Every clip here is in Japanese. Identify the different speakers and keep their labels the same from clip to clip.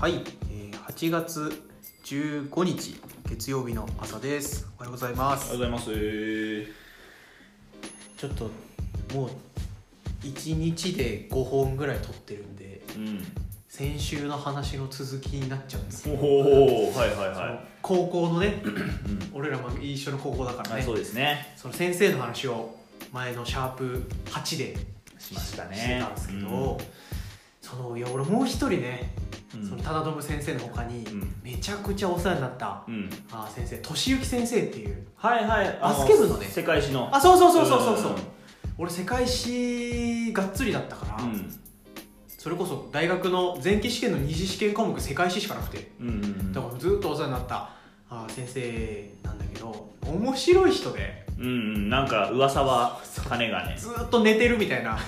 Speaker 1: はい、えー、8月15日月曜日の朝ですおはようございま
Speaker 2: あ
Speaker 1: す
Speaker 2: りがとうございます。え
Speaker 1: ちょっともう1日で5本ぐらい撮ってるんで
Speaker 2: ーうん。
Speaker 1: 先週の話の続きになっちゃうんですけ
Speaker 2: お
Speaker 1: ど
Speaker 2: お、はいはい
Speaker 1: その
Speaker 2: は
Speaker 1: 高校の ね
Speaker 2: い。うん。
Speaker 1: 俺らも一緒の高校だからね、
Speaker 2: はい、そうですね。
Speaker 1: その先生の話を前のシャープ8で
Speaker 2: しましたね。
Speaker 1: してたんですけど、そのいや俺もう一人ね、
Speaker 2: うん、
Speaker 1: その忠信先生の他に、
Speaker 2: うん
Speaker 1: めちゃくちゃお世話になった、
Speaker 2: うん。
Speaker 1: あー先生俊之先生っていう
Speaker 2: はいはい。あの
Speaker 1: バスケ部のね
Speaker 2: 世界史の。
Speaker 1: あそうそうそうそうそうそう俺世界史がっつりだったから、
Speaker 2: うん。
Speaker 1: それこそ大学の前期試験の二次試験科目世界史しかなくて
Speaker 2: うん。うんうん。
Speaker 1: だからずっとお世話になったあー先生なんだけど面白い人で
Speaker 2: うんうん。なんか噂は金がね。
Speaker 1: ずーっと寝てるみたいな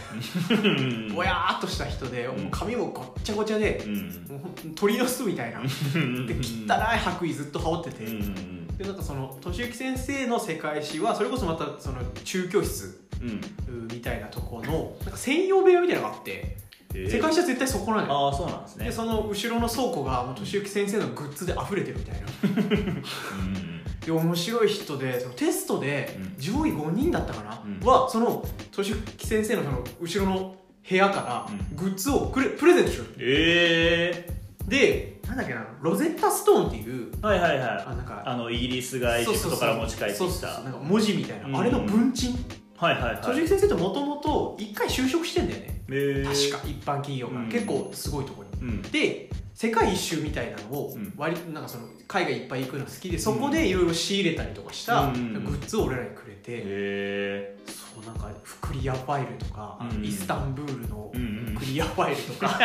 Speaker 2: うん
Speaker 1: ぼや。ーっとした人で、
Speaker 2: うん
Speaker 1: 髪もごっちゃごちゃで
Speaker 2: う、ん。
Speaker 1: もうほんと鳥の巣みたいな、で汚い白衣ずっと羽織ってて、
Speaker 2: うんうん
Speaker 1: でなんかその俊之先生の世界史はそれこそまたその中教室
Speaker 2: うん。うん。
Speaker 1: みたいなとこのなんか専用部屋みたいなのがあって、
Speaker 2: えー
Speaker 1: 世界史は絶対そこなのよ
Speaker 2: ああ、そうなんですね。
Speaker 1: でその後ろの倉庫がもう俊之先生のグッズで溢れてるみたいな
Speaker 2: うんうん
Speaker 1: で面白い人でそのテストで
Speaker 2: うん
Speaker 1: 上位5人だったかな、
Speaker 2: うん
Speaker 1: はその俊之先生のその後ろの部屋か
Speaker 2: う
Speaker 1: らグッズをくれプレゼントしろ
Speaker 2: え
Speaker 1: でなんだっけなロゼッタストーンっていう
Speaker 2: ー。はいはいはい。
Speaker 1: あなんか
Speaker 2: あの、イギリスがエジプトから持ち帰って
Speaker 1: そう
Speaker 2: き
Speaker 1: そう
Speaker 2: た。
Speaker 1: そう
Speaker 2: は
Speaker 1: なんか文字みたいな、
Speaker 2: うん
Speaker 1: あれの文鎮
Speaker 2: いはい
Speaker 1: 正
Speaker 2: は
Speaker 1: 直
Speaker 2: い。
Speaker 1: 先生ってもともと1回就職してんだよね
Speaker 2: えー
Speaker 1: 確か一般企業が、
Speaker 2: うん
Speaker 1: 結構すごいところに
Speaker 2: うん。
Speaker 1: で世界一周みたいなのを
Speaker 2: うん
Speaker 1: 割となんかその海外いっぱい行くの好きでそこでいろいろ仕入れたりとかした
Speaker 2: う
Speaker 1: グ
Speaker 2: ん
Speaker 1: ッズを俺らにくれて、
Speaker 2: へ
Speaker 1: そうなんかフクリアファイルとか、あの
Speaker 2: うん
Speaker 1: イスタンブールの
Speaker 2: え。うん
Speaker 1: クリアファイルと か、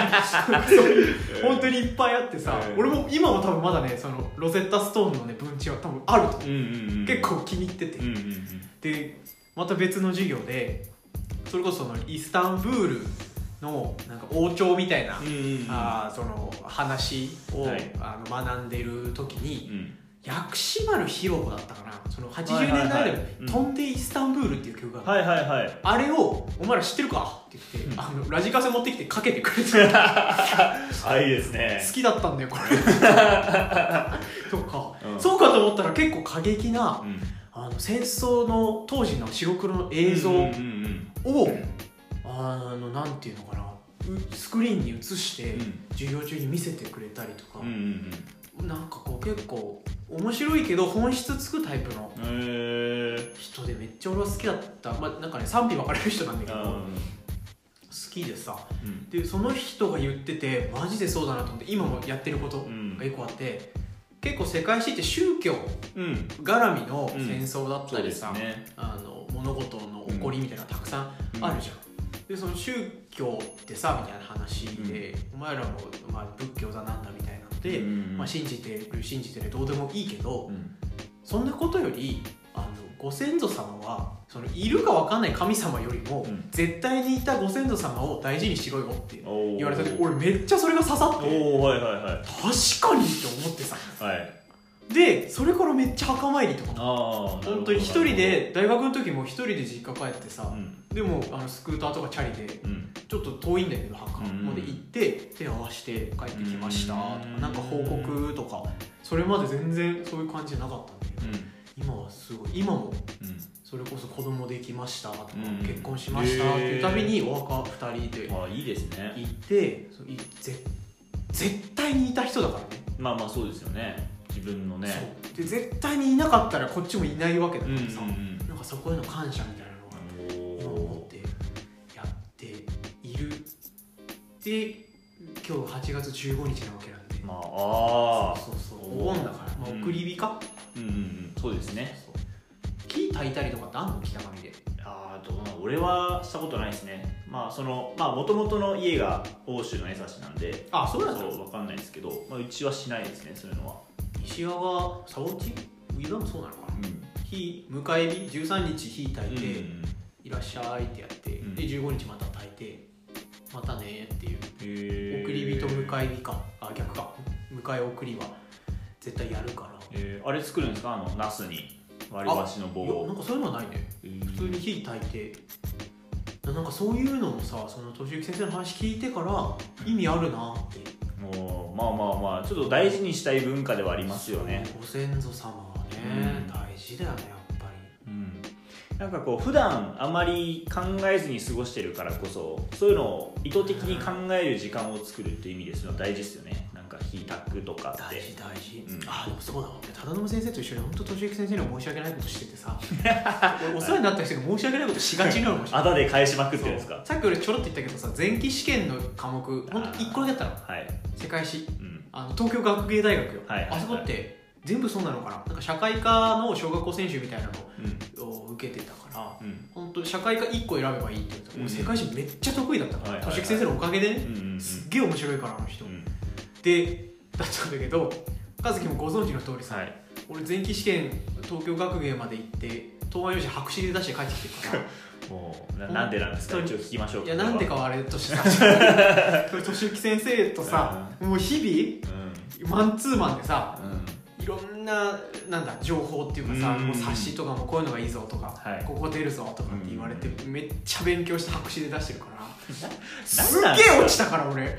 Speaker 1: そういう本当にいっぱいあってさ、
Speaker 2: うん
Speaker 1: 俺も今も多分まだねそのロゼッタストーンのね文鎮は多分あると思う、
Speaker 2: うんうんうん。
Speaker 1: 結。構気に入ってて、
Speaker 2: うんうん
Speaker 1: でまた別の授業でそれこそそのイスタンブールのなんか王朝みたいな、
Speaker 2: うん。うんうん。
Speaker 1: あーその話を、
Speaker 2: はい
Speaker 1: あの学んでる時に
Speaker 2: うん。
Speaker 1: 薬師丸ひろ子だったかなその80
Speaker 2: はいはいはい
Speaker 1: 年代で
Speaker 2: うん
Speaker 1: 飛んでイスタンブール」っていう曲があって、
Speaker 2: はいはいはい。
Speaker 1: あれを「お前ら知ってるか?」って言って、
Speaker 2: うん
Speaker 1: あのラジカセ持ってきてかけてくれて
Speaker 2: あ、いいですね。
Speaker 1: 好きだったんだよこ れとか、
Speaker 2: うん
Speaker 1: そうかと思ったら結構過激な
Speaker 2: うん
Speaker 1: あの戦争の当時の白黒の映像、
Speaker 2: うんうん
Speaker 1: を、あのなんていうのかなうスクリーンに映して、
Speaker 2: うん
Speaker 1: 授業中に見せてくれたりとか
Speaker 2: うん。うん、うん
Speaker 1: なんかこう結構面白いけど本質つくタイプの
Speaker 2: うん。へえ。
Speaker 1: 人でめっちゃ俺は好きだったまあなんかね賛否分かれる人なんだけど好
Speaker 2: あ
Speaker 1: きでさ
Speaker 2: ーうん
Speaker 1: でその人が言っててマジでそうだなと思って今もやってること
Speaker 2: うん
Speaker 1: が一個あって、結構世界史って宗教
Speaker 2: うん。
Speaker 1: 絡みの戦争だった
Speaker 2: そうで
Speaker 1: り
Speaker 2: す
Speaker 1: さ、
Speaker 2: ね。
Speaker 1: あの物事の起こりみたいなのがたくさん
Speaker 2: うん
Speaker 1: あるじゃん、でその宗教ってさみたいな話で、お前らも、まあ、仏教だなんだみたいなので、
Speaker 2: うんうん
Speaker 1: まあ、信じてる信じてるどうでもいいけど、
Speaker 2: うん
Speaker 1: そんなことよりあのご先祖様はそのいるかわかんない神様よりも、
Speaker 2: うん
Speaker 1: 絶対にいたご先祖様を大事にしろよって
Speaker 2: おー
Speaker 1: 言われた時俺めっちゃそれが刺さって
Speaker 2: おおはいはいは
Speaker 1: 確かにって思ってさ
Speaker 2: い。はい。
Speaker 1: でそれからめっちゃ墓参りとか
Speaker 2: ああ。
Speaker 1: 本当に一人で大学の時も一人で実家帰ってさ
Speaker 2: なるほど。う、ん。
Speaker 1: でもあのスクーターとかチャリで
Speaker 2: うん。
Speaker 1: ちょっと遠いんだけど墓
Speaker 2: うん
Speaker 1: まで行って手を合わせて帰ってきましたとか
Speaker 2: うん
Speaker 1: なんか報告とかそれまで全然そういう感じじゃなかったんだけど
Speaker 2: う
Speaker 1: 今はすごい今も
Speaker 2: ん。
Speaker 1: それこそ子供できましたとか
Speaker 2: うん
Speaker 1: 結婚しましたっていうたびにお墓2人で
Speaker 2: うん。ああ、いいですね。
Speaker 1: 行ってそういぜ絶対にいた人だからね
Speaker 2: まあまあ、そうですよね。自分のね。
Speaker 1: そうで絶対にいなかったらこっちもいないわけだ
Speaker 2: う
Speaker 1: か
Speaker 2: ん。う
Speaker 1: ら
Speaker 2: ん
Speaker 1: さなんかそこへの感謝みたいなのが
Speaker 2: うん。
Speaker 1: 今思ってやっているで今日8月15日なわけなんで、
Speaker 2: まあ、ああ。
Speaker 1: そうそうお盆だから、まあ、
Speaker 2: うん
Speaker 1: 送り火か、
Speaker 2: うんうんうん。そうですね。
Speaker 1: 木焚いたりとかってあんの北上で
Speaker 2: あーどうなの俺はしたことないですねまあそのまあ元々の家が欧州の江差しなんで
Speaker 1: あそうなんだ
Speaker 2: そうわかんないですけど、まあ、うちはしないですねそういうのは
Speaker 1: 石川は沢地上田もそうなのかな火迎え火13日火
Speaker 2: う
Speaker 1: 焚い
Speaker 2: ん
Speaker 1: て、
Speaker 2: うん
Speaker 1: いらっしゃいってやって、
Speaker 2: うん
Speaker 1: で15日また焚いてまたねっていう
Speaker 2: へー
Speaker 1: 送り火と迎え火かあ逆か迎え送りは絶対やるから
Speaker 2: えーあれ作るんですかあのナスに割り箸の棒
Speaker 1: いやな
Speaker 2: を
Speaker 1: んかそういうのはないね
Speaker 2: 普
Speaker 1: 普通に火焚いてなんかそういうのもさその俊之先生の話聞いてから意味あるなって
Speaker 2: もうまあまあまあちょっと大事にしたい文化ではありますよね
Speaker 1: ご先祖様はね、
Speaker 2: うん
Speaker 1: 大事だよねやっぱ
Speaker 2: うんなんかこう普段あまり考えずに過ごしてるからこそそういうのを意図的に考える時間を作るっていう意味ですのは大事ですよねなんか非択とか
Speaker 1: り
Speaker 2: っ
Speaker 1: 大
Speaker 2: て
Speaker 1: 事大事、
Speaker 2: うん
Speaker 1: あでもそうだわ俺忠信先生と一緒に本当としゆき先生には申し訳ないことしてて さ俺お世話になった人に申し訳ないことしがちなのかもしれない
Speaker 2: あだで返しまくってるんです
Speaker 1: そう
Speaker 2: か
Speaker 1: さっき俺ちょろっと言ったけどさ前期試験の科目本当一1個だけだったの
Speaker 2: はい、
Speaker 1: 世界史
Speaker 2: うん、
Speaker 1: あの東京学芸大学よ、
Speaker 2: はいはいはい
Speaker 1: あそこって全部そうなのかななんか社会科の小学校選手みたいな
Speaker 2: うん
Speaker 1: のを受けてたから
Speaker 2: うん
Speaker 1: 本当に社会科1個選べばいいって言ってた
Speaker 2: う
Speaker 1: 俺
Speaker 2: ん
Speaker 1: 世界史めっちゃ得意だったか
Speaker 2: はい
Speaker 1: ら
Speaker 2: はいはい
Speaker 1: 俊樹先生のおかげで
Speaker 2: うん
Speaker 1: ね
Speaker 2: うんうん
Speaker 1: すっげえ面白いからあの人
Speaker 2: うん
Speaker 1: でだったんだけど和樹もご存知の通りさ、
Speaker 2: はい
Speaker 1: 俺前期試験東京学芸まで行って東和用紙白紙で出して帰ってきてる から
Speaker 2: もうななんでなんですか
Speaker 1: 本当
Speaker 2: 一
Speaker 1: に
Speaker 2: 応聞きましょう
Speaker 1: い
Speaker 2: い
Speaker 1: やなんでかはあれとしてさ 俊樹先生とさもう日
Speaker 2: うん
Speaker 1: 々マンツーマンでさ
Speaker 2: うん
Speaker 1: いろんななんだ情報っていうかさ
Speaker 2: うん
Speaker 1: もう冊子とかもこういうのがいいぞとか、
Speaker 2: はい
Speaker 1: ここ出るぞとかって言われてめっちゃ勉強して白紙で出してるからすっ
Speaker 2: なんなん
Speaker 1: げえ落ちたから俺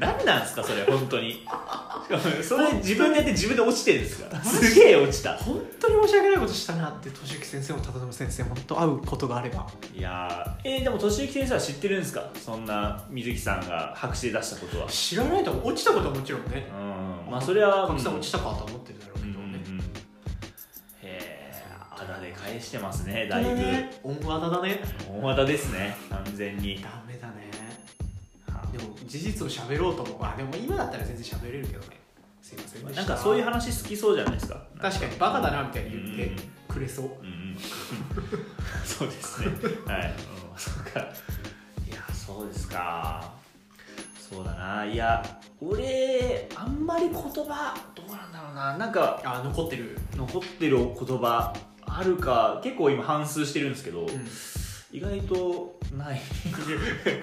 Speaker 2: 何なんですかそれ本当にしかもそれ自分でやって自分で落ちてるんですかすげえ落ちた
Speaker 1: 本当に申し訳ないことしたなって俊之先生も忠信先生も本当会うことがあれば
Speaker 2: いやーえー、でも俊之先生は知ってるんですかそんな水木さんが白紙で出したことは
Speaker 1: 知らないと思う落ちたことはもちろんね
Speaker 2: うんまあそれは
Speaker 1: たくさん落
Speaker 2: ち
Speaker 1: ちたかとは思ってるだろうけ
Speaker 2: うん
Speaker 1: どね、
Speaker 2: うんうんへえあだで返してますねだい
Speaker 1: だ
Speaker 2: ぶ
Speaker 1: ね音和だね
Speaker 2: 大股ですね完全に
Speaker 1: ダメだね
Speaker 2: あ
Speaker 1: でも事実を喋ろうと思うあでも今だったら全然喋れるけどねすいませんでした
Speaker 2: なんかそういう話好きそうじゃないですか
Speaker 1: 確かにバカだなみたいに言ってくれそう、
Speaker 2: うんうん、 そうですねはい、うん、そうかいやそうですかそうだないや俺あんまり言葉どうなんだろうななんか
Speaker 1: あ残ってる、
Speaker 2: 残ってる言葉あるか結構今反数してるんですけど、意外とない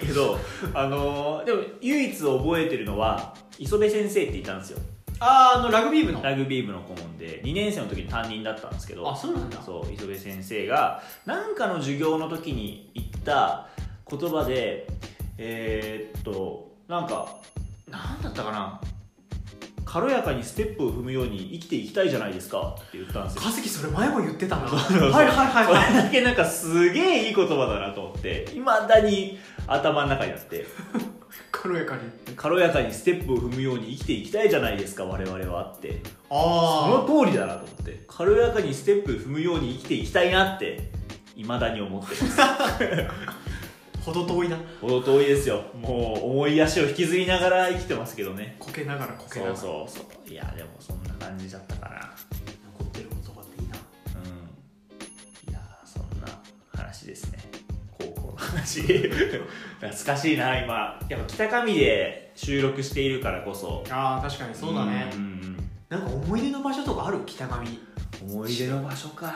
Speaker 2: けど あのーでも唯一覚えてるのは磯部先生っていたんですよ
Speaker 1: あああのラグビー部の
Speaker 2: ラグビー部の顧問で2年生の時に担任だったんですけど
Speaker 1: あそうなんだ
Speaker 2: そう磯部先生が何かの授業の時に言った言葉でえーっとなんか何だったかな軽やかにステップを踏むように生きていきたいじゃないですかって言ったんですよ
Speaker 1: 和樹それ前も言ってたな
Speaker 2: そう
Speaker 1: は
Speaker 2: そうそう
Speaker 1: いはいはい
Speaker 2: そ
Speaker 1: はい
Speaker 2: れだけなんかすげえいい言葉だなと思っていまだに頭の中にあって
Speaker 1: 軽やかに
Speaker 2: 軽やかにステップを踏むように生きていきたいじゃないですか我々はってそ
Speaker 1: あ
Speaker 2: の通りだなと思って軽やかにステップ踏むように生きていきたいなっていまだに思って ます
Speaker 1: あほど遠いな
Speaker 2: ほど遠いですよもう重い足を引きずりながら生きてますけどね
Speaker 1: こけながらこけな
Speaker 2: そ
Speaker 1: が
Speaker 2: う
Speaker 1: ら
Speaker 2: そうそういやでもそんな感じだったかな
Speaker 1: 残ってる言葉っていいな
Speaker 2: うんいやーそんな話ですね高校の話懐かしいな今やっぱ北上で収録しているからこそ
Speaker 1: ああ確かにそうだね
Speaker 2: んうん
Speaker 1: なんか思い出の場所とかある北上
Speaker 2: うん思い出の場所か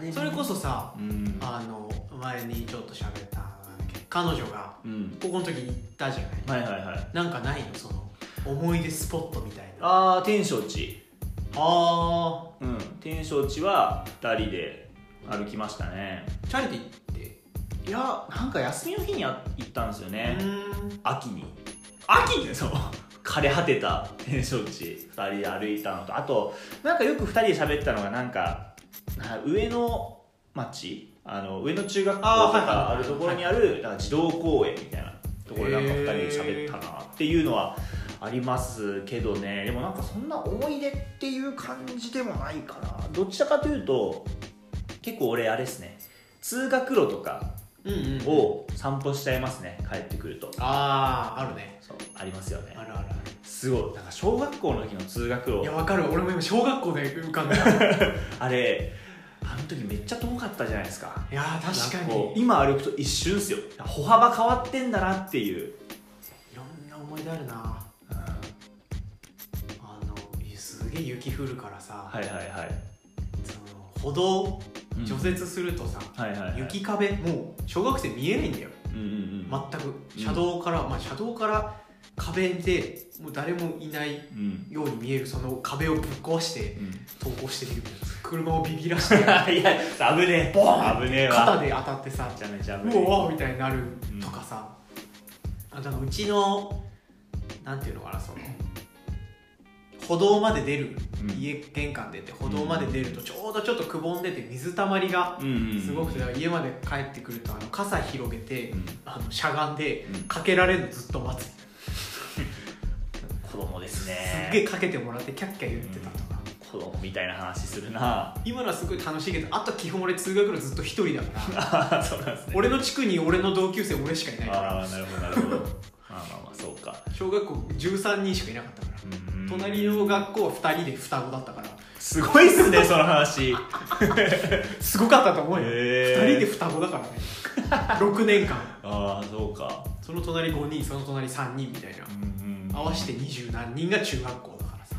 Speaker 2: でも
Speaker 1: それこそさ
Speaker 2: うん
Speaker 1: あの前にちょっと喋ったなんだっけ彼女が
Speaker 2: うん
Speaker 1: 高校の時に行ったじゃない
Speaker 2: はいはいはい
Speaker 1: なんかないのその思い出スポットみたいなあ
Speaker 2: ああ天正地
Speaker 1: あ
Speaker 2: うん天正地は2人で歩きましたね
Speaker 1: ーチャリティって
Speaker 2: いやなんか休みの日にあ行ったんですよ
Speaker 1: う
Speaker 2: ね、
Speaker 1: ーん
Speaker 2: 秋に秋にそう枯れ果てた天正地2人で歩いたのとあとなんかよく2人で喋ったのがなんかな上野町あの上野中学校と
Speaker 1: あーはいはいは
Speaker 2: か
Speaker 1: い
Speaker 2: あるところにあるなんか児童公園みたいなところでなんか2人で喋ったなっていうのはありますけどねでもなんかそんな思い出っていう感じでもないかなどちらかというと結構俺あれですね通学路とか
Speaker 1: うんうん
Speaker 2: を散歩しちゃいますね帰ってくると
Speaker 1: あああるね
Speaker 2: そうありますよね
Speaker 1: あるあるある
Speaker 2: すごいなんか小学校の時の通学
Speaker 1: いや
Speaker 2: 路
Speaker 1: わかる俺も今小学校で浮かん だい
Speaker 2: あれあの時めっちゃ遠かったじゃないですか
Speaker 1: やー確か
Speaker 2: なんこう
Speaker 1: にい
Speaker 2: 今歩くと一瞬ですよ歩幅変わってんだなっていう、
Speaker 1: ろんな思い出あるな
Speaker 2: うんは
Speaker 1: あのすげえ雪降るからさ、
Speaker 2: いはいはい、
Speaker 1: その歩道
Speaker 2: うん
Speaker 1: 除雪するとさ、
Speaker 2: はいはい、はい、
Speaker 1: 雪壁もう小学生見えないんだよ
Speaker 2: うんうんうん、
Speaker 1: 全く車道から、まあ車道から壁でもう誰もいない
Speaker 2: うん
Speaker 1: ように見えるその壁をぶっ壊して
Speaker 2: うん、
Speaker 1: 投稿してる車をビビら して
Speaker 2: いや危ねえ
Speaker 1: ボー
Speaker 2: 危ねえ
Speaker 1: 肩
Speaker 2: わ
Speaker 1: で当たってさ
Speaker 2: めちゃめちゃ危ね
Speaker 1: う
Speaker 2: え
Speaker 1: おーみたいになるとかさ、あだからうちのなんていうのかなその歩道まで出る、
Speaker 2: うん
Speaker 1: 家玄関出て歩道まで出るとちょうどちょっとくぼんでて水たまりが
Speaker 2: うんうん
Speaker 1: すごくてだから家まで帰ってくるとあの傘広げて、
Speaker 2: うん
Speaker 1: あのしゃがんで
Speaker 2: うん
Speaker 1: かけられるのずっと待つ、
Speaker 2: 子供ですね
Speaker 1: すっげえかけてもらってキャッキャ言ってたとか、
Speaker 2: 子供みたいな話するな
Speaker 1: 今のはすごい楽しいけどあと基本俺通学路ずっと一人だから
Speaker 2: あそうなんですね
Speaker 1: 俺の地区に俺の同級生俺しかいないから
Speaker 2: ああなるほどなるほどまあまあまあそうか
Speaker 1: 小学校13人しかいなかったから
Speaker 2: うん
Speaker 1: 隣の学校は2人で双子だったから
Speaker 2: すごいっすねその話
Speaker 1: すごかったと思うよ、
Speaker 2: へー
Speaker 1: 2人で双子だからね 6年間
Speaker 2: ああそうか
Speaker 1: その隣5人その隣3人みたいな
Speaker 2: うんうん
Speaker 1: 合わせて二十何人が中学校だからさ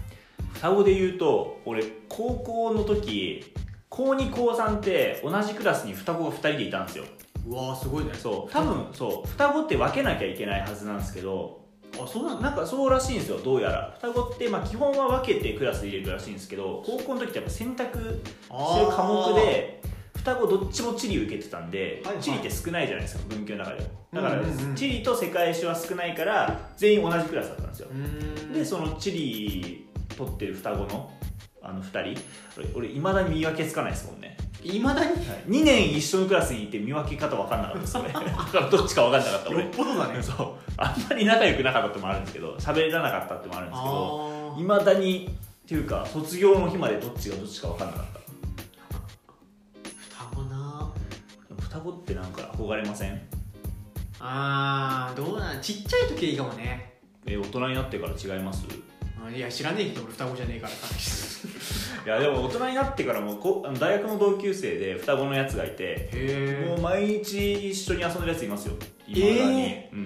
Speaker 2: 双子で言うと俺高校の時高2高3って同じクラスに双子が2人でいたんですよ
Speaker 1: うわーすごいね
Speaker 2: そう多分そう双子って分けなきゃいけないはずなんですけど
Speaker 1: あそうなんだ
Speaker 2: なんかそうらしいんですよどうやら双子って、まあ、基本は分けてクラス入れるらしいんですけど高校の時ってやっぱ選択してる科目で双子どっちも地理受けてたんで、
Speaker 1: はいはい
Speaker 2: 地理って少ないじゃないですか文教の中でもだから、
Speaker 1: うんうんうん
Speaker 2: 地理と世界史は少ないから全員同じクラスだったんですよ
Speaker 1: うーん
Speaker 2: でそのチリ取ってる双子のあの2人俺いまだに見分けつかないですもんね、
Speaker 1: いまだによ
Speaker 2: 2年一緒のクラスにいて見分け方分かんなかったです ねだからどっちか分かんなかった俺
Speaker 1: っぽどだね
Speaker 2: そうあんまり仲良くなかったってもあるんですけど喋らなかったってもあるんですけど
Speaker 1: あ
Speaker 2: いまだにっていうか卒業の日までどっちがどっちか分かんなかった
Speaker 1: ー双子な
Speaker 2: でも双子ってなんか憧れません
Speaker 1: あーどうなんちっちゃい時はいいかもね
Speaker 2: え大人になってから違います
Speaker 1: うんいや知らねえけど俺双子じゃねえからさ
Speaker 2: いやでも大人になってからもこあの大学の同級生で双子のやつがいて
Speaker 1: へえ
Speaker 2: もう毎日一緒に遊んでるやついますよいまだに、
Speaker 1: え
Speaker 2: うん、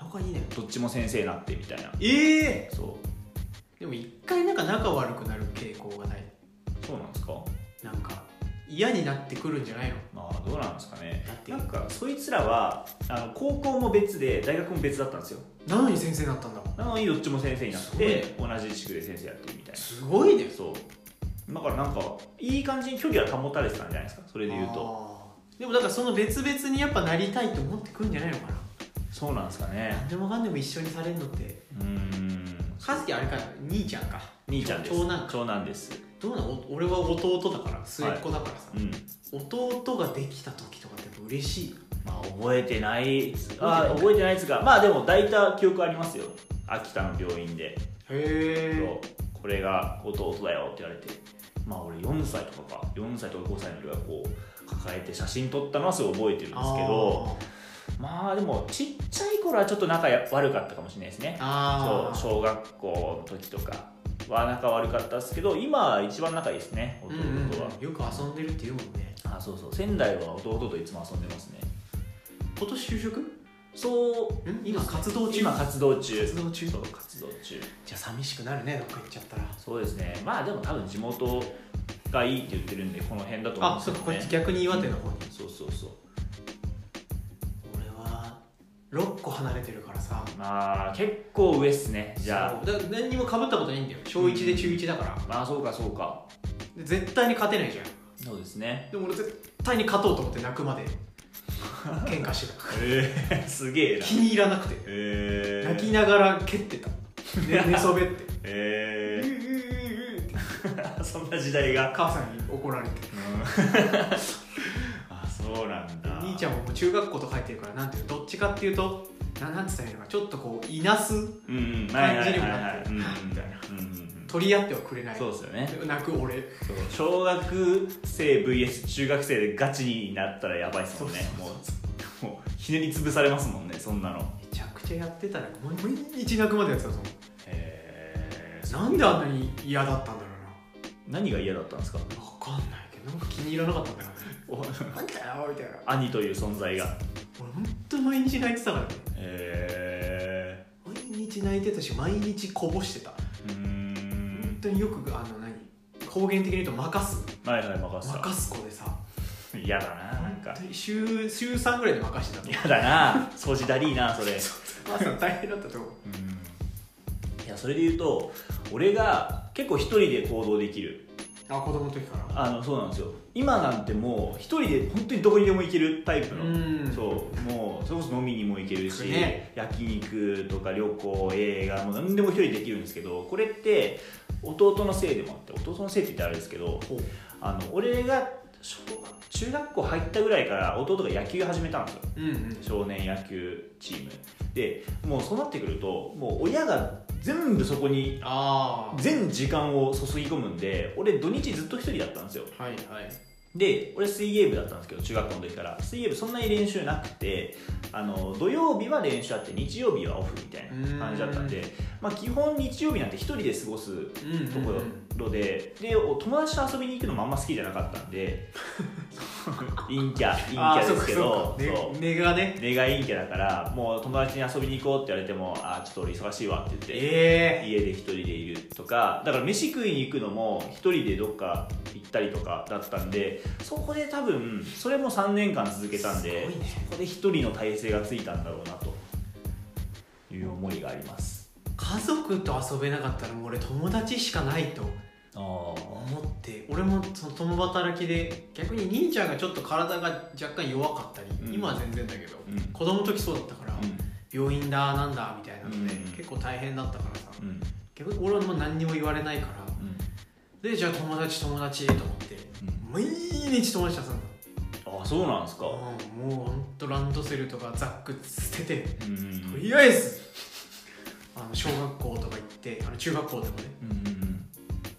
Speaker 1: 仲いいね
Speaker 2: どっちも先生になってみたいな
Speaker 1: ええ
Speaker 2: そ
Speaker 1: でも一回なんか仲悪くなる傾向がないう
Speaker 2: そうなんですか
Speaker 1: なんか嫌になってくるんじゃないの
Speaker 2: まあどうなんですかね
Speaker 1: だって
Speaker 2: なんかそいつらはあの高校も別で大学も別だったんですよ
Speaker 1: なのに先生になったんだもん
Speaker 2: なのにどっちも先生になっ
Speaker 1: すごい
Speaker 2: て
Speaker 1: ね
Speaker 2: 同じ地区で先生やってるみたいな
Speaker 1: すごいね
Speaker 2: そうだからなんかいい感じに距離は保たれてたんじゃないですかそれで言うと
Speaker 1: あーでもだからその別々にやっぱなりたいと思ってくんじゃないのかな
Speaker 2: そうなんですかね
Speaker 1: 何でもかんでも一緒にされるのって
Speaker 2: うーん
Speaker 1: 和樹あれか兄ちゃんか
Speaker 2: 兄ちゃんです
Speaker 1: 長男か
Speaker 2: 長男です
Speaker 1: どうなのお俺は弟だから末っ子だからさ、
Speaker 2: うん
Speaker 1: 弟ができた時とかってやっぱ嬉しい
Speaker 2: まあ覚えてない
Speaker 1: 覚えてな
Speaker 2: あ
Speaker 1: い
Speaker 2: 覚えてないですがまあでも抱いた記憶ありますよ秋田の病院で
Speaker 1: へ
Speaker 2: これが弟だよって言われてまあ俺4歳とかか4歳とか5歳の時はこう抱えて写真撮ったのはすごい覚えてるんですけどまあでもちっちゃい頃はちょっと仲悪かったかもしれないですねそ
Speaker 1: あー
Speaker 2: う小学校の時とかは仲悪かったですけど今は一番仲いいですね
Speaker 1: うんうん
Speaker 2: 弟は、
Speaker 1: よく遊んでるって言うもんね
Speaker 2: あそうそう仙台は弟といつも遊んでますね
Speaker 1: 今年就職ん
Speaker 2: そう
Speaker 1: 今活動中
Speaker 2: 今活動中
Speaker 1: 活動中
Speaker 2: そう活動中
Speaker 1: じゃあ寂しくなるねどっか行っちゃったら
Speaker 2: そうですねまあでも多分地元がいいって言ってるんでこの辺だと思うん
Speaker 1: あ
Speaker 2: で
Speaker 1: そ
Speaker 2: すよ
Speaker 1: う
Speaker 2: ね
Speaker 1: かこっち逆に岩手の方に、
Speaker 2: そうそうそう
Speaker 1: 俺は6個離れてるからさ
Speaker 2: まあ結構上っすねじゃ
Speaker 1: そうだから何にもかぶったことないんだよ小1で中1だから
Speaker 2: あ、まあそうかそうか
Speaker 1: で絶対に勝てないじゃん
Speaker 2: そうですね
Speaker 1: でも俺絶対に勝とうと思って泣くま で喧嘩してた
Speaker 2: ええ すげえな
Speaker 1: 気に入らなくて
Speaker 2: え
Speaker 1: 泣きながら蹴 ってた、ね、寝そべって
Speaker 2: ええ
Speaker 1: うううううって
Speaker 2: そんな時代が
Speaker 1: 母さんに怒られて
Speaker 2: あそうなんだ
Speaker 1: 兄ちゃんももう中学校と帰ってるからなんていうのどっちかっていうとななんて言ったらいいのかちょっとこういなす
Speaker 2: うんうんはいはいはいは
Speaker 1: 感
Speaker 2: い
Speaker 1: じ
Speaker 2: うん
Speaker 1: に
Speaker 2: うん
Speaker 1: もなってるみたいな
Speaker 2: うんうん
Speaker 1: 取り合ってはくれ
Speaker 2: う
Speaker 1: なんい
Speaker 2: そうですよね
Speaker 1: 泣く俺
Speaker 2: そう小学生 VS 中学生でガチになったらやばいっすもんね
Speaker 1: そう
Speaker 2: も
Speaker 1: そう
Speaker 2: うもうひねり潰されますもんねそんなの
Speaker 1: めちゃくちゃやってたらもう毎日泣くまでやってたぞ
Speaker 2: へえ
Speaker 1: なんであんなに嫌だったんだろ
Speaker 2: 何が嫌だったんですか
Speaker 1: うな分かんないけどなんか気に入らなかったんだよね
Speaker 2: お
Speaker 1: なんだよみたいな
Speaker 2: 兄という存在が
Speaker 1: 俺ほんと毎日泣いてたからね
Speaker 2: へ
Speaker 1: 毎日泣いてたし毎日こぼしてた
Speaker 2: えうー
Speaker 1: 本
Speaker 2: ん
Speaker 1: 当によくあの何方言的に言うと任す
Speaker 2: はいはい任せ
Speaker 1: 任す子でさ
Speaker 2: た嫌だななんか
Speaker 1: 本当に週週3ぐらいで任してたの
Speaker 2: 嫌だな掃除だりーなそれ
Speaker 1: 母さん大変だったと思う
Speaker 2: うんいやそれで言うと俺が結構一人で行動できる
Speaker 1: あ子供の時から
Speaker 2: あのそうなんですよ今なんてもう一人で本当にどこにでも行けるタイプの、
Speaker 1: うん
Speaker 2: そうもうそれこそ飲みにも行けるし、
Speaker 1: ね
Speaker 2: 焼肉とか旅行映画もう何でも一人でできるんですけどこれって弟のせいでもあって弟のせいって言ったらあれですけど
Speaker 1: ほう
Speaker 2: あの俺が小学中学校入ったぐらいから弟が野球始めたんですよ
Speaker 1: うんうん
Speaker 2: 少年野球チームでもうそうなってくるともう親が全部そこに
Speaker 1: あ
Speaker 2: 全時間を注ぎ込むんで俺土日ずっと一人だったんですよ
Speaker 1: あはいはい
Speaker 2: で俺水泳部だったんですけど中学校の時から水泳部そんなに練習なくてあの土曜日は練習あって日曜日はオフみたいな感じだったんでまあ、基本日曜日なんて一人で過ごす
Speaker 1: うん
Speaker 2: ところででお友達と遊びに行くのもあんま好きじゃなかったんで陰キャ陰キ
Speaker 1: ああ
Speaker 2: ャ
Speaker 1: そ
Speaker 2: で
Speaker 1: う
Speaker 2: す
Speaker 1: か
Speaker 2: け
Speaker 1: そ
Speaker 2: ど
Speaker 1: うかね
Speaker 2: そう
Speaker 1: 根がね
Speaker 2: 根が陰キャだからもう友達に遊びに行こうって言われてもあーちょっと俺忙しいわって言って
Speaker 1: え
Speaker 2: 家で一人でいるとかだから飯食いに行くのも一人でどっか行ったりとかだったんでそこで多分それも3年間続けたんで、
Speaker 1: すごいね
Speaker 2: そこで一人の体制がついたんだろうなという思いがあります
Speaker 1: え家族と遊べなかったらもう俺友達しかないと
Speaker 2: あ
Speaker 1: 思って俺もその共働きで逆に兄ちゃんがちょっと体が若干弱かったり、
Speaker 2: うん
Speaker 1: 今は全然だけど、
Speaker 2: うん
Speaker 1: 子供の時そうだったから、病院だなんだみたいなので、
Speaker 2: うん
Speaker 1: 結構大変だったからさ
Speaker 2: うんうん
Speaker 1: 結局俺はもう何にも言われないからでじゃあ友達友達と思って毎日友達と遊んだ
Speaker 2: うんあそうなんですか
Speaker 1: うんもうほんとランドセルとかザック捨てて
Speaker 2: うんうん
Speaker 1: とりあえずあの小学校とか行ってあの中学校でもね
Speaker 2: うんうん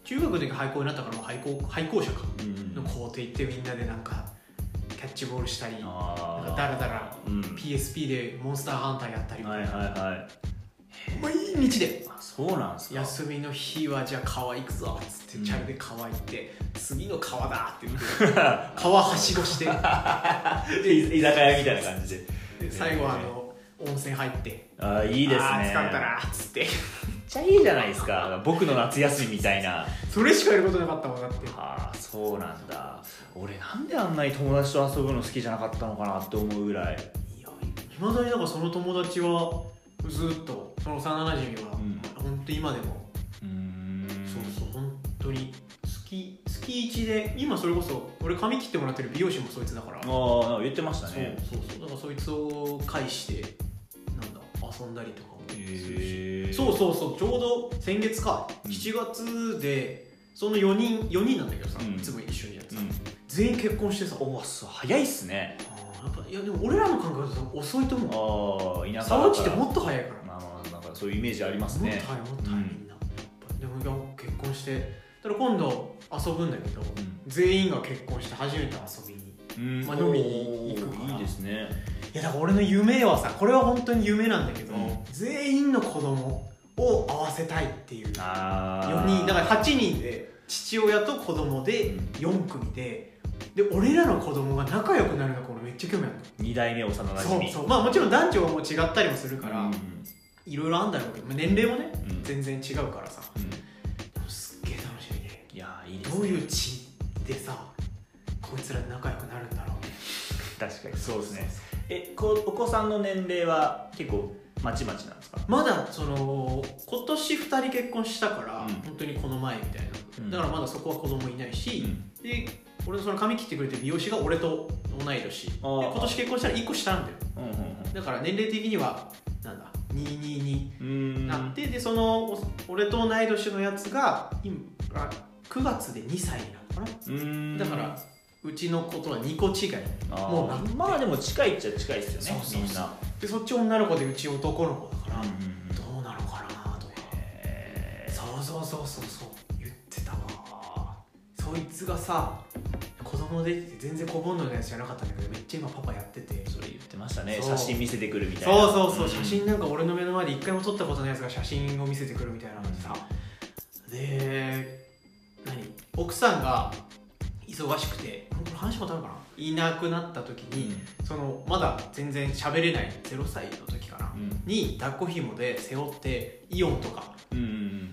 Speaker 1: 中学の時廃校になったからもう廃校廃校者か
Speaker 2: うんうん
Speaker 1: の校庭行ってみんなでなんかキャッチボールしたり
Speaker 2: あ
Speaker 1: なんかダラダラ
Speaker 2: ーうん
Speaker 1: PSP でモンスターハンターやったり、
Speaker 2: はいはいはい
Speaker 1: 毎日で
Speaker 2: あそうなんですか
Speaker 1: 休みの日はじゃあ川行くぞっつって、
Speaker 2: うん
Speaker 1: チャリで川行って次の川だって言って 川はしごして
Speaker 2: 居居酒屋みたいな感じで
Speaker 1: で最後はあの温泉入って
Speaker 2: あーいいですね
Speaker 1: あー疲れたなっつって
Speaker 2: めっちゃいいじゃないですか僕の夏休みみたいな
Speaker 1: それしかやることなかったもんだって
Speaker 2: ああそうなんだ俺なんであんなに友達と遊ぶの好きじゃなかったのかなって思うぐらい
Speaker 1: いまだになんかその友達はずっとその幼馴染は、
Speaker 2: うん
Speaker 1: 本当今でも、
Speaker 2: うーん
Speaker 1: そうそう本当に月月1で今それこそ俺髪切ってもらってる美容師もそいつだから
Speaker 2: ああなんか言ってました
Speaker 1: そう
Speaker 2: ね
Speaker 1: そうそうだからそいつを介してなんだ遊んだりとかもするし、
Speaker 2: え
Speaker 1: そうそうそうちょうど先月か、
Speaker 2: うん
Speaker 1: 7月でその4人4人なんだけどさ、
Speaker 2: うん
Speaker 1: いつも一緒にやって
Speaker 2: う
Speaker 1: さ、
Speaker 2: ん、
Speaker 1: 全員結婚してさ
Speaker 2: おーそう早いっすね
Speaker 1: あーやっぱいやでも俺らの感覚だと遅いと思う
Speaker 2: ああ田舎だか
Speaker 1: 沢
Speaker 2: ら
Speaker 1: 内ってもっと早いから
Speaker 2: まあまあなんかそういうイメージあります
Speaker 1: もっと
Speaker 2: ね
Speaker 1: 早いもっと早いみんな、やっぱでもいや結婚してだから今度遊ぶんだけど、全員が結婚して初めて遊びに
Speaker 2: うん
Speaker 1: まあ飲みに行くから
Speaker 2: おーいいですね
Speaker 1: いやだから俺の夢はさこれは本当に夢なんだけど、
Speaker 2: うん
Speaker 1: 全員の子供を会わせたいっていう
Speaker 2: ああ
Speaker 1: 4人だから8人で父親と子供で
Speaker 2: うん
Speaker 1: 4組でで俺らの子供が仲良くなるのこれめっちゃ興味あるの
Speaker 2: 2代目幼馴
Speaker 1: そ
Speaker 2: 染
Speaker 1: うそうまあもちろん男女はもう違ったりもするから、
Speaker 2: うん
Speaker 1: いろいろあんだろうけどまあ年齢もね
Speaker 2: うんうん
Speaker 1: 全然違うからさでもすっげえ楽しみで
Speaker 2: いやーいいですね
Speaker 1: どういう地でさこいつら仲良くなるんだろうね
Speaker 2: 確かにそうですねえこお子さんの年齢は結構まちまちなんですか
Speaker 1: まだその今年2人結婚したから、
Speaker 2: うん
Speaker 1: 本当にこの前みたいな、
Speaker 2: うん
Speaker 1: だからまだそこは子供いないし、
Speaker 2: ん
Speaker 1: で俺のその髪切ってくれてる美容師が俺と同い年で
Speaker 2: あー
Speaker 1: 今年結婚したら1個下なんだよ
Speaker 2: うん
Speaker 1: だから年齢的にはなんだ222に
Speaker 2: うんうん
Speaker 1: なって、でそのお俺と同い年のやつが今あ9月で2歳なのかな、
Speaker 2: うん
Speaker 1: だからうちの子とは2個違いも
Speaker 2: も
Speaker 1: うなっ
Speaker 2: うまあでも近いっちゃ近いですよね
Speaker 1: そうそうそう
Speaker 2: みんな
Speaker 1: でそっち女の子でうち男の子だから、
Speaker 2: うんうんうん
Speaker 1: どうなのかなとか
Speaker 2: へー
Speaker 1: そうそうそうそうそう言ってたわそいつがさ子供できて全然子ぼんのやつじゃなかったんだけどめっちゃ今パパやってて
Speaker 2: それ言ってましたね
Speaker 1: そう
Speaker 2: 写真見せてくるみたいな
Speaker 1: そうそうそう、写
Speaker 2: ん
Speaker 1: 真なんか俺の目の前で一回も撮ったことないやつが写真を見せてくるみたいなのでさで何奥さんが忙しくてこれ話したことあるかないなくなった時に、そのまだ全然喋れない0歳の時かな、
Speaker 2: うん
Speaker 1: に抱っこ紐で背負ってイオンとか
Speaker 2: うんうん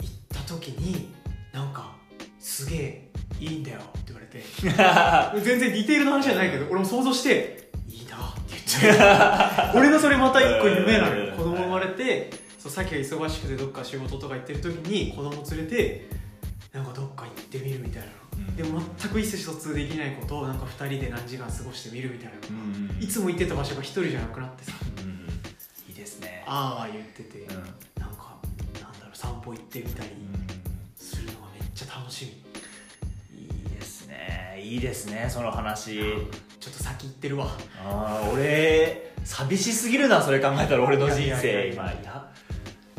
Speaker 1: 行った時になんかすげえいいんだよって言われて全然ディテールの話じゃないけど俺も想像していいなって言っちゃう 俺のそれまた一個夢なのよ子供生まれてそうさっきが忙しくてどっか仕事とか行ってる時に子供連れてなんかどっか行っってみるみたいな、
Speaker 2: うん
Speaker 1: でも全く意思疎通できないことをなんか2人で何時間過ごしてみるみたいな、
Speaker 2: うんうん
Speaker 1: いつも行ってた場所が1人じゃなくなってさ
Speaker 2: うんいいですね
Speaker 1: あーあー言ってて、
Speaker 2: うんうん
Speaker 1: なんかなんだろう散歩行ってみたりするのがめっちゃ楽しみ、
Speaker 2: いいですねいいですねその話
Speaker 1: ちょっと先行ってるわ
Speaker 2: ああ俺寂しすぎるなそれ考えたら俺の人
Speaker 1: いやいや
Speaker 2: 生
Speaker 1: い
Speaker 2: 今
Speaker 1: や
Speaker 2: いや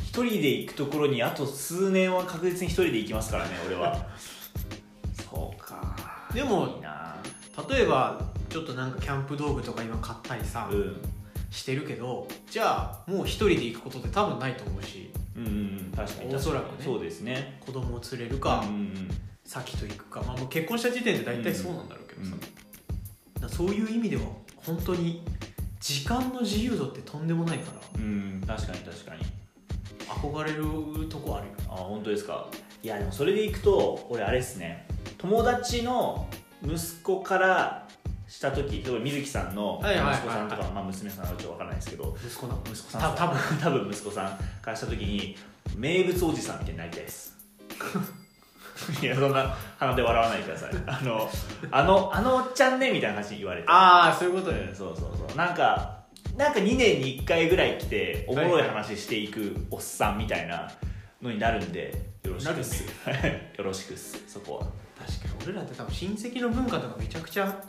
Speaker 2: 一人で行くところにあと数年は確実に一人で行きますからね俺は そうか
Speaker 1: でも
Speaker 2: いいな
Speaker 1: 例えばちょっとなんかキャンプ道具とか今買ったりさ、
Speaker 2: うん
Speaker 1: してるけどじゃあもう一人で行くことって多分ないと思うし
Speaker 2: うんうん確かに確かに
Speaker 1: おそらくね
Speaker 2: そうですね
Speaker 1: 子供を連れるか、
Speaker 2: うんうん
Speaker 1: 先と行くか、まあ、もう結婚した時点で大体そうなんだろうけどさ、
Speaker 2: うん
Speaker 1: だからそういう意味では本当に時間の自由度ってとんでもないから
Speaker 2: うん確かに確かに
Speaker 1: 憧れるとこあるよ
Speaker 2: あ本当ですかいやでもそれでいくと俺あれっすね友達の息子からした時例えば水木さんの
Speaker 1: はい
Speaker 2: 息
Speaker 1: はいはいはい
Speaker 2: 子さんとか、まあ、娘さんはちょっとわからないですけど
Speaker 1: 息子なの息
Speaker 2: 子さん
Speaker 1: 多分
Speaker 2: 多分息子さんからした時に名物おじさんみたいになりたいですいやそんな鼻で笑わないでくださいあのあのあのおっちゃんねみたいな感じに言われて
Speaker 1: ああそういうこと
Speaker 2: うんそうそうそうなんかなんか2年に1回ぐらい来ておもろい話していくおっさんみたいなのになるんでよろしくっす よろしくっすそこは
Speaker 1: 確かに俺らって多分親戚の文化とかめちゃくちゃ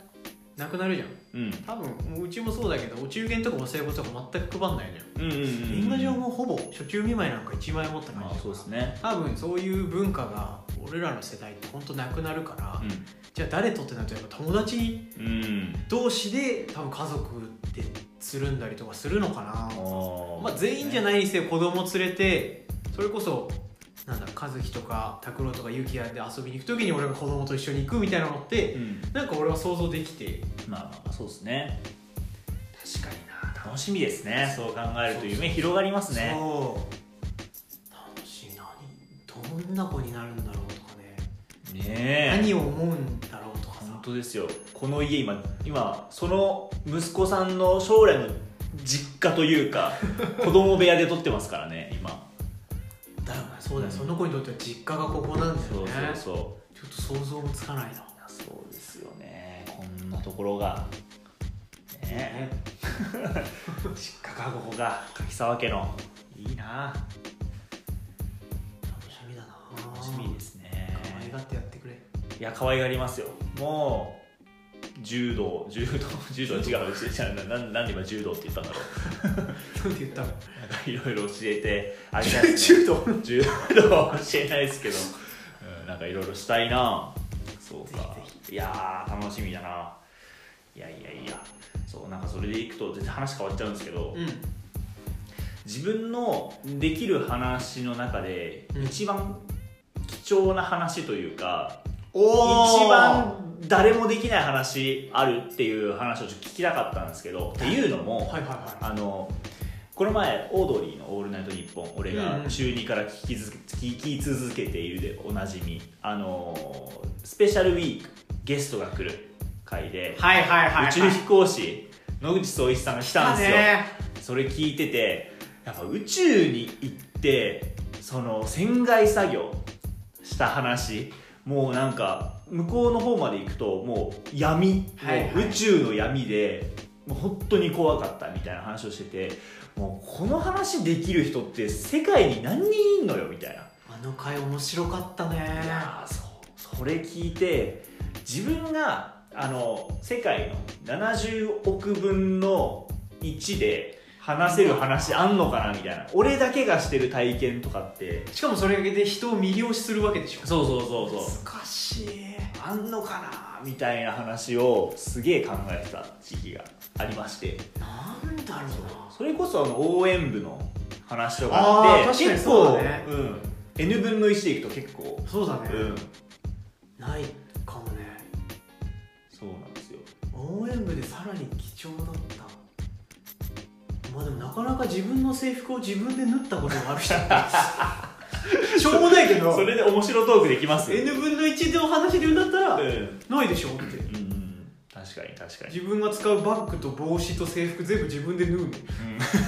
Speaker 1: なくなるじゃん
Speaker 2: うん
Speaker 1: 多分もううちもそうだけどお中元とかお歳暮とか全く配んないのよ
Speaker 2: うんうんうん
Speaker 1: 年賀状もほぼ初中見舞いなんか1枚持った感じだ
Speaker 2: ま
Speaker 1: か
Speaker 2: あ
Speaker 1: ら
Speaker 2: そうですね
Speaker 1: 多分そういう文化が俺らの世代って本当なくなるから、じゃあ誰とってなるとやっぱ友達
Speaker 2: うんうん
Speaker 1: 同士で多分家族でつるんだりとかするのかなまあ、全員じゃ
Speaker 2: い
Speaker 1: ないにせよ子供連れてそれこそなんだ和樹とか拓郎とかゆきやで遊びに行く時に俺が子供と一緒に行くみたいなのって
Speaker 2: うん
Speaker 1: なんか俺は想像できて
Speaker 2: まあまあそうですね確かにな楽しみですねそう考えると夢広がりますね
Speaker 1: そう楽しい何どんな子になるんだろうとかね、
Speaker 2: ねえ
Speaker 1: 何を思うんだろうとかさ
Speaker 2: 本当ですよこの家今今その息子さんの将来の実家とい うか子供部屋で撮ってますからね今
Speaker 1: だよねそうだよ、その子にとっては実家がここなんだよね
Speaker 2: そうそ
Speaker 1: ち
Speaker 2: うそ
Speaker 1: ょっと想像もつかないな
Speaker 2: うそうですよねこんなところがね え実家かここが柿沢家のいいな
Speaker 1: 楽しみだな
Speaker 2: 楽しみですね
Speaker 1: 可愛がってやってくれ
Speaker 2: いや可愛がりますよもう柔道柔道柔道違う違うなななんで今柔道って言ったんだろう
Speaker 1: なんて言ったの
Speaker 2: なんか いろいろ教えてあげたいですね
Speaker 1: 柔道
Speaker 2: 柔道は教えないですけど、うん、なんかいろいろしたいなそうか
Speaker 1: ぜ
Speaker 2: いやー楽しみだないやいやいやそうなんかそれでいくと全然話変わっちゃうんですけど、
Speaker 1: うん
Speaker 2: 自分のできる話の中で
Speaker 1: うん
Speaker 2: 一番貴重な話というか、
Speaker 1: おー
Speaker 2: 一番誰もできない話あるっていう話をちょっと聞きたかったんですけどっていうのも、
Speaker 1: はいはいは
Speaker 2: あのこの前オードリーの「オールナイトニッポン」俺
Speaker 1: うんう
Speaker 2: が
Speaker 1: ん
Speaker 2: 中2から聞き続け聞き続けているでおなじみあのースペシャルウィークゲストが来る回で
Speaker 1: い、はいはいはいはい
Speaker 2: 宇宙飛行士野口聡一さんが来たんですよ、
Speaker 1: だね
Speaker 2: それ聞いててやっぱ宇宙に行ってその船外作業した話もうなんか向こうの方まで行くともう闇、
Speaker 1: はいはい
Speaker 2: もう宇宙の闇でもう本当に怖かったみたいな話をしててもうこの話できる人って世界に何人いんのよみたいな
Speaker 1: あの回面白かったね
Speaker 2: いやーそうそれ聞いて自分があの世界の70億分の1で話せる話あんのかなみたいな俺だけがしてる体験とかって
Speaker 1: しかもそれで人を魅了するわけでしょ
Speaker 2: そうそうそう
Speaker 1: 難しい
Speaker 2: あんのかなみたいな話をすげえ考えてた時期がありまして
Speaker 1: なんだろう
Speaker 2: それこそあの応援部の話とかあって
Speaker 1: あー確かに
Speaker 2: 結構
Speaker 1: そうだね
Speaker 2: うん、N 分の1でいくと結構
Speaker 1: な、そうだね、
Speaker 2: うん、
Speaker 1: ないかもね
Speaker 2: そうなんですよ
Speaker 1: 応援部でさらに貴重だったまあでもなかなか自分の制服を自分で縫ったことがある人って しょうもないけど
Speaker 2: それで面白トークできます
Speaker 1: N 分の1でお話で言うんだったら
Speaker 2: うん
Speaker 1: ないでしょって
Speaker 2: うん確かに確かに、
Speaker 1: 自分が使うバッグと帽子と制服全部自分で縫う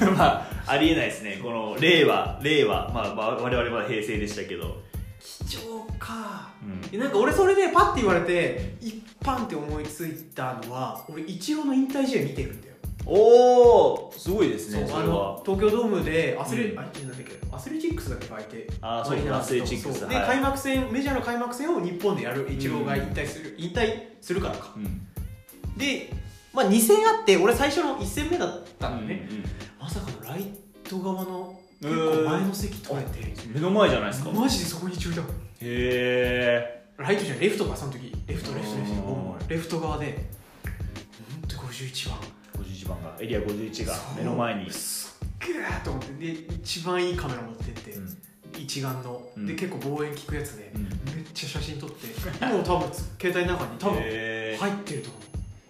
Speaker 1: の
Speaker 2: まあありえないですねこの令和令和まあ、まあ、我々は平成でしたけど
Speaker 1: 貴常か
Speaker 2: うん
Speaker 1: えなんか俺それでパッて言われて一般って思いついたのは俺イチローの引退試合見てるんだよ、
Speaker 2: おーすごいですねそ
Speaker 1: あ
Speaker 2: れ
Speaker 1: の
Speaker 2: は
Speaker 1: 東京ドームでアスレ,、
Speaker 2: うん
Speaker 1: あれなんだっけアスレチックスだっけ相手
Speaker 2: あーそう
Speaker 1: マリナーズと
Speaker 2: アスレチックス
Speaker 1: そう
Speaker 2: はい
Speaker 1: で、開幕戦メジャーの開幕戦を日本でやるイチローが引退する、引退するからか
Speaker 2: うん
Speaker 1: で、まあ、2戦あって俺最初の1戦目だったのね、
Speaker 2: うん
Speaker 1: まさかのライト側の
Speaker 2: う
Speaker 1: 結
Speaker 2: ん
Speaker 1: 構前の席取れて、
Speaker 2: 目の前じゃないですか
Speaker 1: マジでそこに中断
Speaker 2: へ
Speaker 1: ライトじゃないレフトがその時レフトレフトレフト
Speaker 2: うん
Speaker 1: もうレフト側でうんって51番
Speaker 2: ー51番がエリア51が目の前に
Speaker 1: そうすっげーと思ってで一番いいカメラ持ってって、
Speaker 2: うん
Speaker 1: 一眼の
Speaker 2: うん
Speaker 1: で結構望遠効くやつで、
Speaker 2: うん
Speaker 1: めっちゃ写真撮ってもう多分携帯の中に多分
Speaker 2: へー
Speaker 1: 入ってると思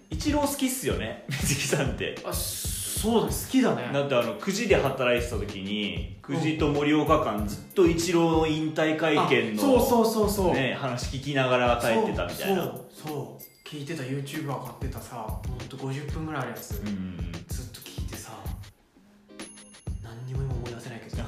Speaker 2: 一郎好きっすよね水木さんって
Speaker 1: うあそうだね好きだね
Speaker 2: なんてあの9時で働いてた時に9時と盛岡間ずっと一郎の引退会見の
Speaker 1: あそうそうそうそう、
Speaker 2: ね、話聞きながら帰ってたみたいな
Speaker 1: そうそうそう聞いてた YouTuber が買ってたさほんと50分ぐらいあるやつ、
Speaker 2: うんうん
Speaker 1: ずっと聞いてさ何にも今思い出せないけど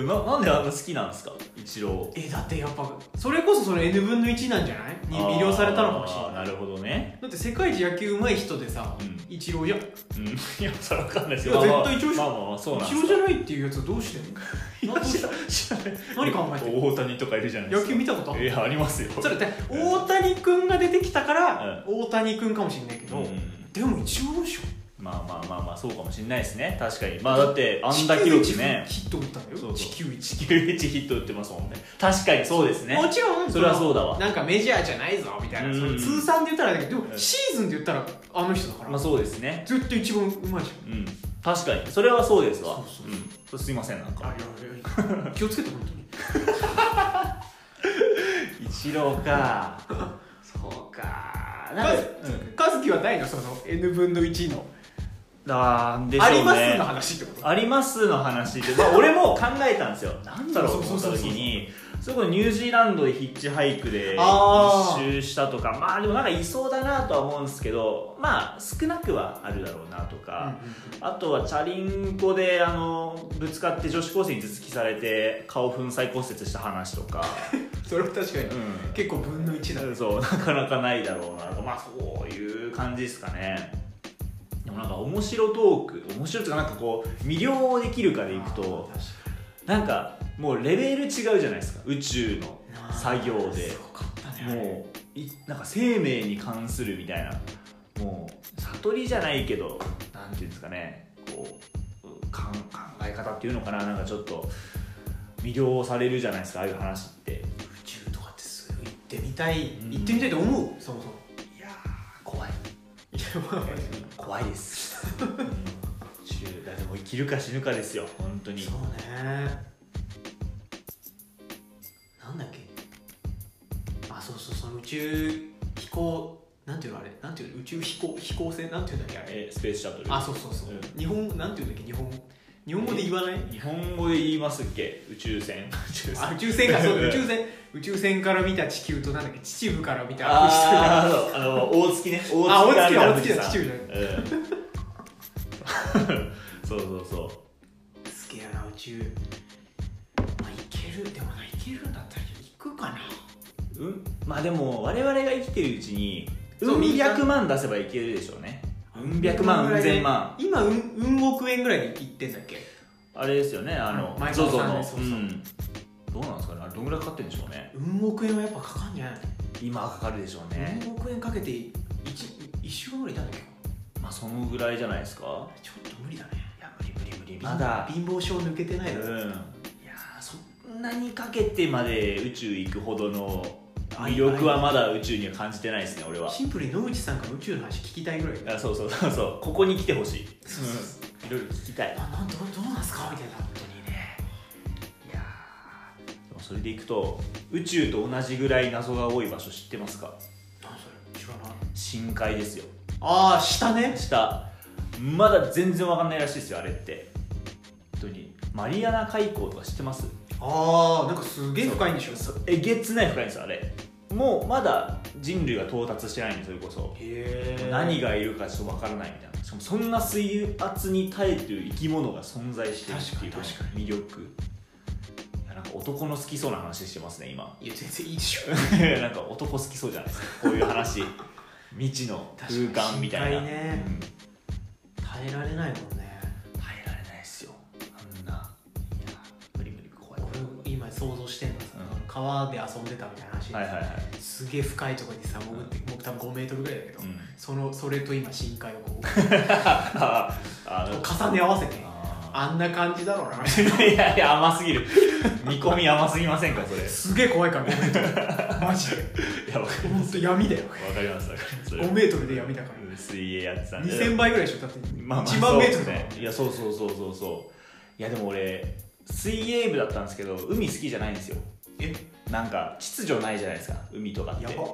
Speaker 2: うんななんであんな好きなんですか一郎
Speaker 1: えだってやっぱそれこそその N 分の1なんじゃないに魅了されたのかもしれない
Speaker 2: あーなるほどね
Speaker 1: だって世界一野球上手い人でさ、
Speaker 2: うん
Speaker 1: イチローじゃんイ
Speaker 2: うん いやそれは分かんないです
Speaker 1: いや
Speaker 2: まあまあ
Speaker 1: 絶対一郎じ
Speaker 2: ま
Speaker 1: ゃ
Speaker 2: あまあまあそうなん
Speaker 1: チ
Speaker 2: で
Speaker 1: ロ
Speaker 2: す
Speaker 1: ーじゃないっていうやつはどうしてんの
Speaker 2: いや知ら知らない
Speaker 1: 何考えてる
Speaker 2: 大谷とかいるじゃないです
Speaker 1: 野
Speaker 2: か
Speaker 1: 球見たことあ
Speaker 2: い
Speaker 1: る
Speaker 2: やありますよ
Speaker 1: それって大谷君が出てきたから、
Speaker 2: う
Speaker 1: 大谷君かもしれないけ
Speaker 2: う
Speaker 1: ど、
Speaker 2: ん
Speaker 1: でもイチローでしょ
Speaker 2: まあまあまあまあそうかもしれないですね確かにまあだってあんだけ記録ね
Speaker 1: 地球一ヒット打ったんだ
Speaker 2: そう
Speaker 1: よ
Speaker 2: そう
Speaker 1: 地球一
Speaker 2: 地球一ヒット打ってますもんね確かにそうですね
Speaker 1: もちろん
Speaker 2: それは
Speaker 1: う
Speaker 2: そうだわ
Speaker 1: なんかメジャーじゃないぞみたいな、
Speaker 2: うん
Speaker 1: その通算で言ったらあれだけどで
Speaker 2: う
Speaker 1: も
Speaker 2: ん
Speaker 1: シーズンで言ったらあの人だから、
Speaker 2: まあそうですね
Speaker 1: ずっと一番うまいじ
Speaker 2: うん確かにそれはそうですわ
Speaker 1: そうそうそうん
Speaker 2: それすいませんなん
Speaker 1: ゃんあ
Speaker 2: か
Speaker 1: いやいやいや気をつけて本当に
Speaker 2: 一郎かそうか
Speaker 1: なんか
Speaker 2: うん
Speaker 1: 和樹はないのその N 分の1の
Speaker 2: なんでしょう
Speaker 1: あ
Speaker 2: ね
Speaker 1: りますの話ってこと
Speaker 2: ありますの話って、まあ、俺も考えたんですよなんだろうと思っ
Speaker 1: そ
Speaker 2: た
Speaker 1: うそうそう
Speaker 2: 時
Speaker 1: そう
Speaker 2: にそれこそニュージーランドでヒッチハイクで
Speaker 1: あ
Speaker 2: 一
Speaker 1: ー
Speaker 2: 周したとかまあでもなんかいそうだなとは思うんですけどまあ少なくはあるだろうなとか、あとはチャリンコであのぶつかって女子高生に頭突きされて顔粉砕骨折した話とか、
Speaker 1: それは確かに
Speaker 2: うん
Speaker 1: 結構分の1だね
Speaker 2: そうなかなかないだろうなまあそういう感じですかねでもなんか面白トーク面白いというかなんかこう魅了できるかでいくと
Speaker 1: あー確か
Speaker 2: なんかもうレベル違うじゃないですか宇宙の
Speaker 1: にな
Speaker 2: 作業です
Speaker 1: ごかったねあれ
Speaker 2: もういなんか生命に関するみたいなもう悟りじゃないけどなんていうんですかねこうかん考え方っていうのかななんかちょっと魅了されるじゃないですかああいう話って
Speaker 1: 宇宙とかってすごい行ってみたい
Speaker 2: ん
Speaker 1: 行ってみたいと思うそもそも
Speaker 2: いやー怖い
Speaker 1: いやまあ
Speaker 2: 怖いです中だってもう生きるか死ぬかですよ本当に
Speaker 1: そうねなんだっけあそうそうその宇宙飛行なんていうのあれなんていうの宇宙飛行飛行船なんていうんだっけあれ
Speaker 2: えスペースシャトル
Speaker 1: あそうそうそう、
Speaker 2: うん
Speaker 1: 日本なんていうんだっけ日本日本語で言わない
Speaker 2: 日本語で言いますっけ宇宙船宇宙
Speaker 1: あ宇宙船かそう宇宙船宇宙船から見た地球となんだっけ秩父から見た富士山
Speaker 2: あーあの大月ね大
Speaker 1: あ大
Speaker 2: から
Speaker 1: 月だ大月だ
Speaker 2: 見た富士山
Speaker 1: 秩父じゃ
Speaker 2: うん そうそうそう
Speaker 1: すげえな宇宙まあいけるでもないけるんだったら行くかな
Speaker 2: うん、まあでも我々が生きてるうちに
Speaker 1: そう
Speaker 2: うん百万出せばいけるでしょうねうん百万
Speaker 1: ぐら
Speaker 2: うん
Speaker 1: いで
Speaker 2: 千万
Speaker 1: 今うんうん億円ぐらいで行ってんだっけ
Speaker 2: あれですよねあの
Speaker 1: 前
Speaker 2: z
Speaker 1: 澤さん
Speaker 2: o の
Speaker 1: ねそうそうん
Speaker 2: どうなんですかねあれどんぐらいかかってるんでしょうね
Speaker 1: うん億円はやっぱかかんじゃない
Speaker 2: 今はかかるでしょうね、
Speaker 1: うん億円かけて一一週間ぐらいいたんだっけ
Speaker 2: まあそのぐらいじゃないですか
Speaker 1: ちょっと無理だね
Speaker 2: いや無理無理無理
Speaker 1: 貧貧乏症抜けてない
Speaker 2: うん
Speaker 1: の、
Speaker 2: いやーそんなにかけてまで宇宙行くほどの魅力はまだ宇宙には感じてないですね俺は
Speaker 1: シンプルに野口さんから宇宙の話聞きたいぐらい
Speaker 2: あそうそうそうそうここに来てほしい、
Speaker 1: そうそうそ
Speaker 2: うんいろいろ聞きたい
Speaker 1: あなんどうどうなんすかみたいな本当にね
Speaker 2: いやーでもそれでいくと宇宙と同じぐらい謎が多い場所知ってますか
Speaker 1: 何それ知らない
Speaker 2: 深海ですよ
Speaker 1: ああ下ね
Speaker 2: 下まだ全然わかんないらしいですよあれって本当にマリアナ海溝とか知ってます
Speaker 1: ああなんかすげえ深いんでしょ
Speaker 2: そうえげつない深いんですよあれもうまだ人類が到達してないんでそれこそ
Speaker 1: へえ
Speaker 2: 何がいるかちょっとわからないみたいなしかもそんな水圧に耐えてる生き物が存在してるっていう
Speaker 1: 確かに確
Speaker 2: この魅力いやなんかか男の好きそうな話してますね今
Speaker 1: いや全然いいでしょ
Speaker 2: なんか男好きそうじゃないですかこうい う話未知の空間みたいな、
Speaker 1: 確かに心配ね
Speaker 2: うん
Speaker 1: 耐えられないもんね
Speaker 2: 耐えられないですよあんない
Speaker 1: や
Speaker 2: 無理無理怖い怖い怖
Speaker 1: 俺今想像してんのさ、
Speaker 2: うん
Speaker 1: 川で遊んでたみたいな話、
Speaker 2: いはいはいはい、
Speaker 1: すげえ深いところにさ潜って、僕多分5メートルぐらいだけど、
Speaker 2: うん、
Speaker 1: そのそれと今深海をこう
Speaker 2: ああの
Speaker 1: 重ね合わせて
Speaker 2: あ
Speaker 1: あんな感じだろうなみたいな
Speaker 2: ーいやいや甘すぎる見込み甘すぎませんかそれ
Speaker 1: すげえ怖いから5メートルマジ で
Speaker 2: いやわかりま
Speaker 1: 本
Speaker 2: す
Speaker 1: 当闇だよ
Speaker 2: わかりますわかりますそれ
Speaker 1: 5メートルで闇だから
Speaker 2: うん水泳やってたんで
Speaker 1: 2000倍ぐらいでしょだって1
Speaker 2: まあまあ
Speaker 1: 万メート
Speaker 2: そう
Speaker 1: ルだもん
Speaker 2: ねいやそうそうそうそうそういやでも俺水泳部だったんですけど海好きじゃないんですよ
Speaker 1: え
Speaker 2: なんか秩序ないじゃないですか海とかって
Speaker 1: やば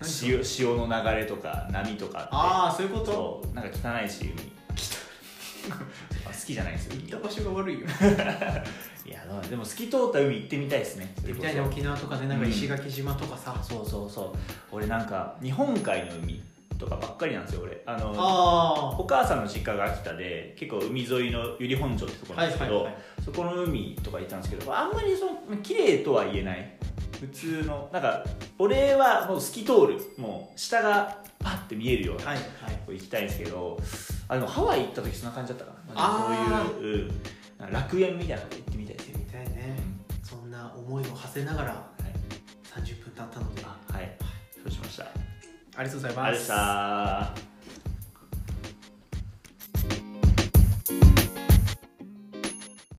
Speaker 1: 何それ
Speaker 2: 潮潮の流れとか波とかって
Speaker 1: ああそういうこと
Speaker 2: そうなんか汚いし海 汚好きじゃないんですよ
Speaker 1: 行った場所が悪いよ
Speaker 2: いやでもでも透き通った海行ってみたいですね
Speaker 1: みたいな沖縄とかでなんか石垣島とかさ、
Speaker 2: そうそうそう俺なんか日本海の海とかばっかりなんですよ俺あの
Speaker 1: あ
Speaker 2: お母さんの実家が秋田で結構海沿いの由利本荘ってとこ
Speaker 1: あ
Speaker 2: ろ
Speaker 1: は
Speaker 2: なん
Speaker 1: い
Speaker 2: ですけ
Speaker 1: はい
Speaker 2: ど、
Speaker 1: はい
Speaker 2: そこの海とか行ったんですけどあんまりその綺麗とは言えない普通のなんか俺はもう透き通るもう下がパッて見えるような
Speaker 1: はいはい
Speaker 2: 行きたいんですけどあでもハワイ行った時そんな感じだったかな
Speaker 1: あー
Speaker 2: そういう、うんなんか楽園みたいなとこ行ってみたいですよ
Speaker 1: みたいねそんな思いを馳せながら
Speaker 2: はい
Speaker 1: 30分経ったのであ
Speaker 2: あはいそうしましたあ
Speaker 1: りが
Speaker 2: り
Speaker 1: とうござい
Speaker 2: がとうござい
Speaker 1: ま
Speaker 2: まし
Speaker 1: す
Speaker 2: た